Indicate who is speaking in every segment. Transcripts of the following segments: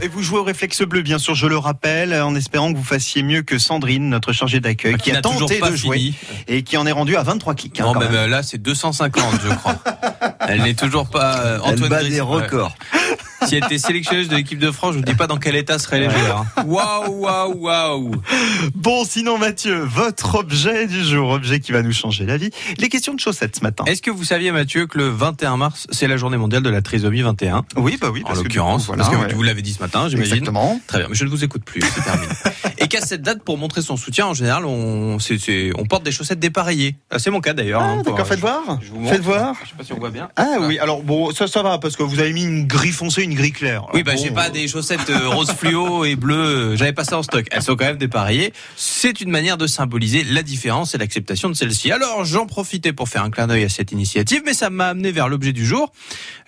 Speaker 1: et vous jouez au réflexe bleu, bien sûr, je le rappelle, euh, en espérant que vous fassiez mieux que Sandrine, notre chargée d'accueil, qui,
Speaker 2: Bah, Qui
Speaker 1: a
Speaker 2: n'a toujours
Speaker 1: tenté
Speaker 2: pas
Speaker 1: de jouer
Speaker 2: fini.
Speaker 1: et qui en est rendue à 23 kicks. hein,
Speaker 2: Non,
Speaker 1: quand
Speaker 2: mais
Speaker 1: même.
Speaker 2: euh, là, c'est 250, je crois. Elle n'est toujours pas. euh,
Speaker 3: Elle
Speaker 2: Antoine
Speaker 3: bat
Speaker 2: Griezmann,
Speaker 3: des
Speaker 2: ouais.
Speaker 3: records.
Speaker 2: Si elle était sélectionneuse de l'équipe de France, je vous dis pas dans quel état serait les joueurs. hein. Waouh, waouh, waouh.
Speaker 1: Bon, sinon Mathieu, votre objet du jour, objet qui va nous changer la vie, les questions de chaussettes ce matin.
Speaker 2: Est-ce que vous saviez, Mathieu, que le 21 mars, c'est la journée mondiale de la trisomie 21
Speaker 1: Oui, bah oui,
Speaker 2: En
Speaker 1: parce que du
Speaker 2: l'occurrence,
Speaker 1: coup, voilà,
Speaker 2: parce que
Speaker 1: ouais.
Speaker 2: vous l'avez dit ce matin, j'imagine.
Speaker 1: Exactement.
Speaker 2: Très bien, mais je ne vous écoute plus, c'est terminé. Et qu'à cette date, pour montrer son soutien, en général, on, c'est- c'est- on porte des chaussettes dépareillées. Ah, c'est mon cas d'ailleurs. hein,
Speaker 1: Ah,
Speaker 2: pour-
Speaker 1: d'accord, faites voir.
Speaker 2: je vous montre.
Speaker 1: Faites voir.
Speaker 2: Je sais pas si on voit bien.
Speaker 1: Ah oui, alors bon, ça, ça va, parce que vous avez mis une grille foncée, une grille claire.
Speaker 2: Oui, bah
Speaker 1: Alors,
Speaker 2: j'ai
Speaker 1: Ah bon,
Speaker 2: pas des chaussettes euh, rose fluo et bleues. euh, J'avais pas ça en stock. Elles sont quand même dépareillées. C'est une manière de symboliser la différence et l'acceptation de celle-ci. Alors j'en profitais pour faire un clin d'œil à cette initiative, mais ça m'a amené vers l'objet du jour.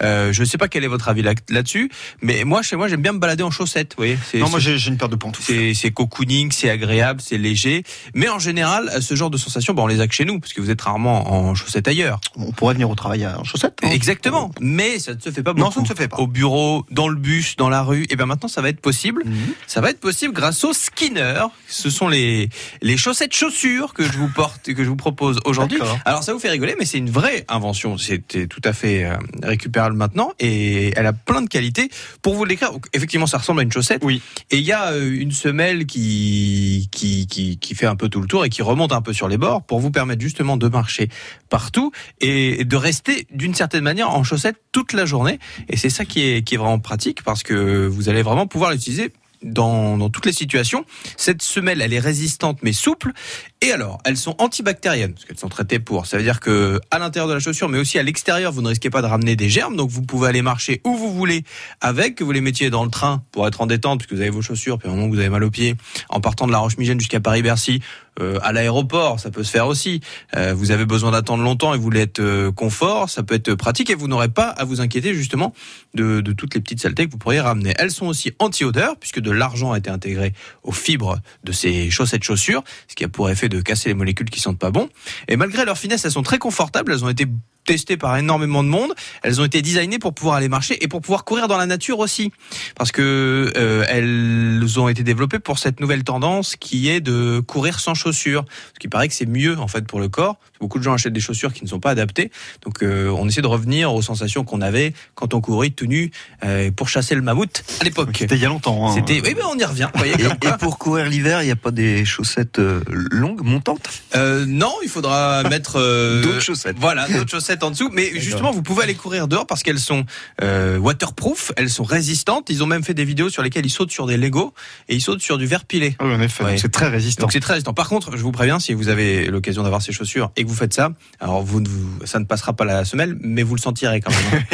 Speaker 2: Euh, je sais pas quel est votre avis là- là-dessus, mais moi chez moi j'aime bien me balader en chaussettes. Vous voyez, c'est
Speaker 1: Non, moi
Speaker 2: c'est-
Speaker 1: j'ai j'ai une paire de pantoufles.
Speaker 2: c'est c'est cocooning, c'est agréable, c'est léger. Mais en général, ce genre de sensation, bah, on les a que chez nous, parce que vous êtes rarement en chaussettes ailleurs.
Speaker 1: On pourrait venir au travail en chaussettes. hein.
Speaker 2: Exactement. Mais ça ne se fait pas beaucoup.
Speaker 1: Non, ça ne se fait pas.
Speaker 2: Au bureau, dans le bus, dans la rue. Et bien maintenant, ça va être possible.
Speaker 1: Mhm.
Speaker 2: Ça va être possible grâce aux skinners. Ce sont les, les chaussettes chaussures que je vous porte, que je vous propose aujourd'hui.
Speaker 1: D'accord.
Speaker 2: Alors ça vous fait rigoler, mais c'est une vraie invention. C'était tout à fait euh, récupérable maintenant et elle a plein de qualités. Pour vous le décrire, donc, effectivement, ça ressemble à une chaussette.
Speaker 1: Oui.
Speaker 2: Et il y a euh, une semelle qui, qui, qui, qui fait un peu tout le tour et qui remonte un peu sur les bords pour vous permettre justement de marcher partout et de rester d'une certaine manière en chaussette toute la journée. Et c'est ça qui est, qui est vraiment pratique parce que vous allez vraiment pouvoir l'utiliser dans, dans toutes les situations. Cette semelle, elle est résistante mais souple. Et alors, elles sont antibactériennes parce qu'elles sont traitées pour. Ça veut dire que à l'intérieur de la chaussure, mais aussi à l'extérieur, vous ne risquez pas de ramener des germes. Donc vous pouvez aller marcher où vous voulez avec, que vous les mettiez dans le train pour être en détente parce que vous avez vos chaussures. Puis au moment où vous avez mal aux pieds, en partant de La Roche-Migène jusqu'à Paris-Bercy, euh, à l'aéroport, ça peut se faire aussi. Euh, vous avez besoin d'attendre longtemps et vous voulez être euh, confort, ça peut être pratique et vous n'aurez pas à vous inquiéter justement de, de toutes les petites saletés que vous pourriez ramener. Elles sont aussi anti-odeur puisque de l'argent a été intégré aux fibres de ces chaussettes chaussures, ce qui a pour effet de casser les molécules qui sentent pas bon. Et malgré leur finesse, elles sont très confortables, elles ont été testées par énormément de monde, elles ont été designées pour pouvoir aller marcher et pour pouvoir courir dans la nature aussi parce que euh, elles ont été développées pour cette nouvelle tendance qui est de courir sans chaussures parce qu'il paraît que c'est mieux en fait pour le corps. Beaucoup de gens achètent des chaussures qui ne sont pas adaptées. Donc euh, on essaie de revenir aux sensations qu'on avait quand on courait tout nu euh, pour chasser le mammouth à l'époque.
Speaker 1: C'était il y a longtemps. hein.
Speaker 2: C'était. Oui, ben on y revient. vous voyez,
Speaker 3: Et,
Speaker 2: comme
Speaker 3: et
Speaker 2: quoi.
Speaker 3: pour courir l'hiver, il n'y a pas des chaussettes euh, longues, montantes
Speaker 2: Euh, non, il faudra mettre euh,
Speaker 3: D'autres chaussettes.
Speaker 2: Voilà, d'autres chaussettes en dessous. Mais justement, vous pouvez aller courir dehors parce qu'elles sont euh, waterproof, elles sont résistantes. Ils ont même fait des vidéos sur lesquelles ils sautent sur des Lego et ils sautent sur du verre pilé.
Speaker 1: Ah Oui, en effet,
Speaker 2: Ouais.
Speaker 1: donc c'est très résistant.
Speaker 2: Donc c'est très résistant. Par contre, je vous préviens, si vous avez l'occasion d'avoir ces chaussures et que vous faites ça, alors vous, ne vous- ça ne passera pas la semelle, mais vous le sentirez quand même.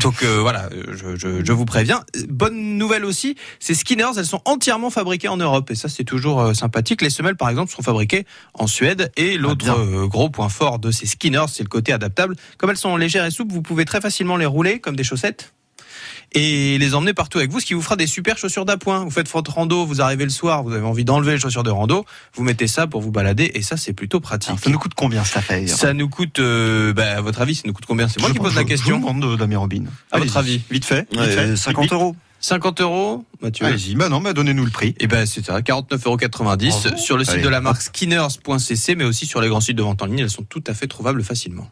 Speaker 2: Donc euh, voilà, euh, je, je- je vous préviens. Euh, Bonne nouvelle aussi, ces Skinners, elles sont entièrement fabriquées en Europe et ça c'est toujours euh, sympathique. Les semelles, par exemple, sont fabriquées en Suède et l'autre
Speaker 1: Ah, bien.
Speaker 2: euh, gros point fort de ces Skinners, c'est le côté adaptable. Comme elles sont légères et souples, vous pouvez très facilement les rouler comme des chaussettes et les emmener partout avec vous, ce qui vous fera des super chaussures d'appoint. Vous faites votre rando, vous arrivez le soir, vous avez envie d'enlever les chaussures de rando, vous mettez ça pour vous balader et ça c'est plutôt pratique.
Speaker 1: Alors, ça nous coûte combien cette affaire
Speaker 2: Ça nous coûte, euh, bah, à votre avis, ça nous coûte combien C'est moi
Speaker 1: Je-
Speaker 2: qui pose
Speaker 1: je-
Speaker 2: la
Speaker 1: Je vous
Speaker 2: question.
Speaker 1: demande, euh, Damien Robin.
Speaker 2: À votre
Speaker 1: Allez-y.
Speaker 2: avis
Speaker 1: Vite fait. vite
Speaker 3: Euh,
Speaker 1: fait.
Speaker 3: 50 euros.
Speaker 2: 50 euros, Mathieu
Speaker 1: Allez-y, bah non, bah donnez-nous le prix.
Speaker 2: Et ben c'est ça, 49,90
Speaker 1: Bravo.
Speaker 2: sur le site
Speaker 3: Allez.
Speaker 2: de la marque Skinners.cc, mais aussi sur les grands sites de vente en ligne. Elles sont tout à fait trouvables facilement.